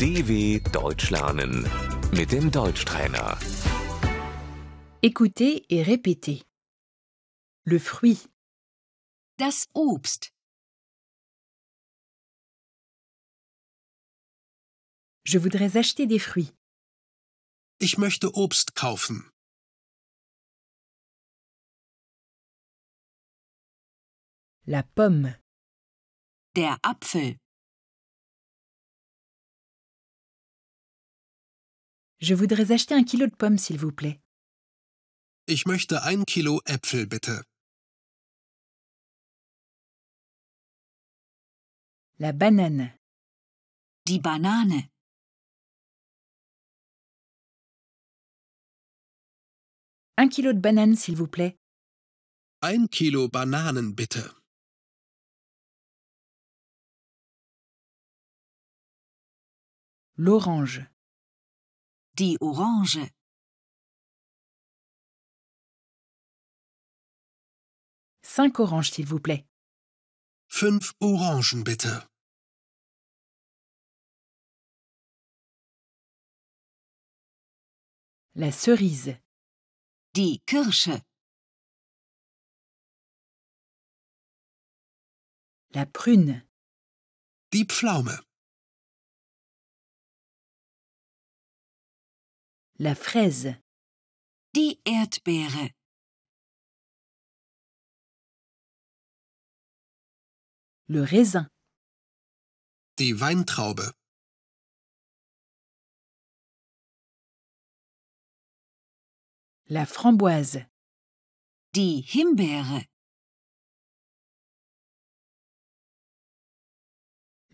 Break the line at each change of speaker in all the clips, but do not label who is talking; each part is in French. DW Deutsch lernen mit dem Deutschtrainer.
Écoutez et répétez. Le fruit,
Das Obst,
je voudrais acheter des fruits,
Ich möchte Obst kaufen.
la pomme,
der Apfel,
je voudrais acheter un kilo de pommes s'il vous plaît,
Ich möchte ein Kilo Äpfel bitte.
la banane,
die Banane,
un kilo de banane s'il vous plaît,
Ein Kilo Bananen bitte.
l'orange,
die Orange,
cinq oranges s'il vous plaît,
Fünf Orangen bitte.
la cerise,
die Kirsche,
la prune,
Die Pflaume.
la fraise,
die Erdbeere,
le raisin,
Die Weintraube.
la framboise,
die Himbeere,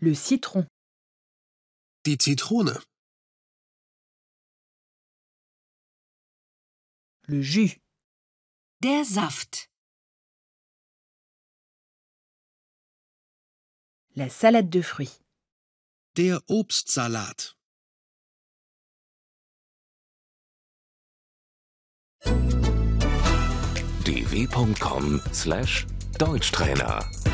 le citron,
Die Zitrone.
le jus,
der Saft,
la salade de fruits.
Der Obstsalat.
dw.com/deutschtrainer